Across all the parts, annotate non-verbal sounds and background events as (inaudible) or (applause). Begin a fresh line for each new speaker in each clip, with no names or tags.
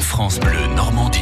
France Bleu Normandie.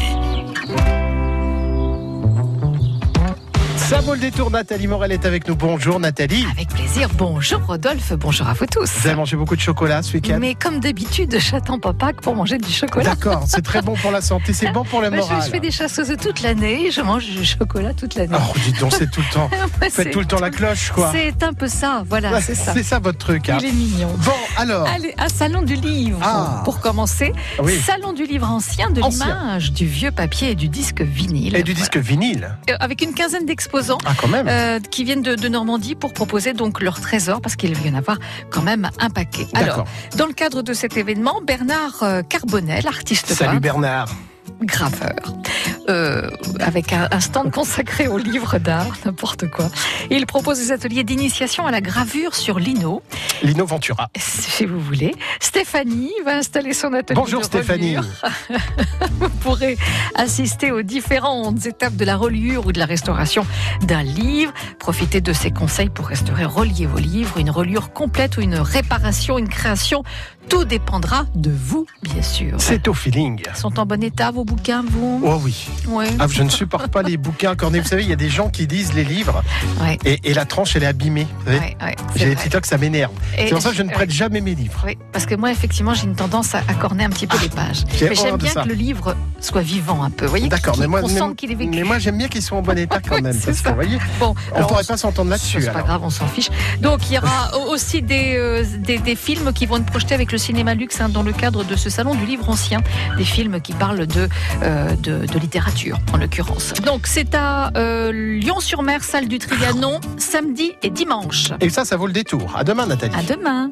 Ça vaut le détour, Nathalie Morel est avec nous. Bonjour Nathalie.
Avec plaisir. Bonjour Rodolphe, bonjour à vous tous.
Vous avez mangé beaucoup de chocolat ce week-end
Mais comme d'habitude, j'attends pas Pâques pour manger du chocolat.
D'accord, c'est très bon pour la santé, c'est bon pour la
Moi,
morale.
je, je fais des chasseuses toute l'année, je mange du chocolat toute l'année. (laughs) Ah,
Oh, dis donc, c'est tout le temps.
Moi,
Faites
c'est-
tout le temps la cloche, quoi.
C'est un peu ça, voilà,
Ouais,
c'est ça.
C'est ça votre truc. hein.
Il est mignon.
Bon, alors,
Allez, un salon du livre,
Ah.
pour commencer.
oui.
Salon du livre ancien, de
Ancien.
l'image, du vieux papier et du disque vinyle.
Et du
Voilà.
disque vinyle.
Euh, Avec une quinzaine d'exposants.
Ah, quand même.
euh, qui viennent de, de Normandie pour proposer donc leur trésor parce qu'il va y en avoir quand même un paquet. Alors,
D'accord.
dans le cadre de cet événement, Bernard euh, Carbonel, artiste
Salut
peintre,
Bernard.
graveur, euh, avec un, un stand consacré aux livres d'art, (laughs) n'importe quoi. Il propose des ateliers d'initiation à la gravure sur lino,
Lino Ventura.
si vous voulez. Stéphanie va installer son atelier.
Bonjour
de
Stéphanie.
(laughs) reliure. Vous pourrez assister aux différentes étapes de la reliure ou de la restauration d'un livre. Profitez de ses conseils pour restaurer, relier vos livres, une reliure complète ou une réparation, une création. Tout dépendra de vous, bien sûr.
C'est au feeling.
Sont en bon état vos bouquins, vous
Oh oui.
Ouais.
Ah, je ne supporte pas les bouquins cornés. Vous savez, il y a des gens qui lisent les livres
Ouais.
et, et la tranche, elle est abîmée. Vous savez,
Ouais, ouais, c'est
J'ai des
vrai.
TikTok, ça m'énerve.
Et-
C'est pour ça que je ne
ouais.
prête jamais mes livres.
Oui, parce que moi, effectivement, j'ai une tendance à, à corner un petit peu les pages.
Ah, j'ai
Mais
horreur
j'aime
de
bien
ça.
que le livre soit vivant un peu. Vous voyez,
D'accord,
qu'il-
mais moi,
qu'on
mais-
sente qu'il est vécu.
mais moi j'aime bien qu'ils soient en
(laughs)
bon état quand même,
C'est
parce que
ça.
vous voyez,
Bon,
on ne
alors,
pourrait pas s'entendre là-dessus.
C'est pas
alors.
grave, on s'en fiche. Donc il y aura
(laughs)
au- aussi des, euh, des, des films qui vont être projetés avec le cinéma luxe hein, dans le cadre de ce salon du livre ancien. Des films qui parlent de, euh, de, de littérature, en l'occurrence. Donc c'est à euh, Lyon-sur-Mer, salle du Trianon, samedi et dimanche.
Et ça, ça vaut le détour. À demain, Nathalie.
À demain.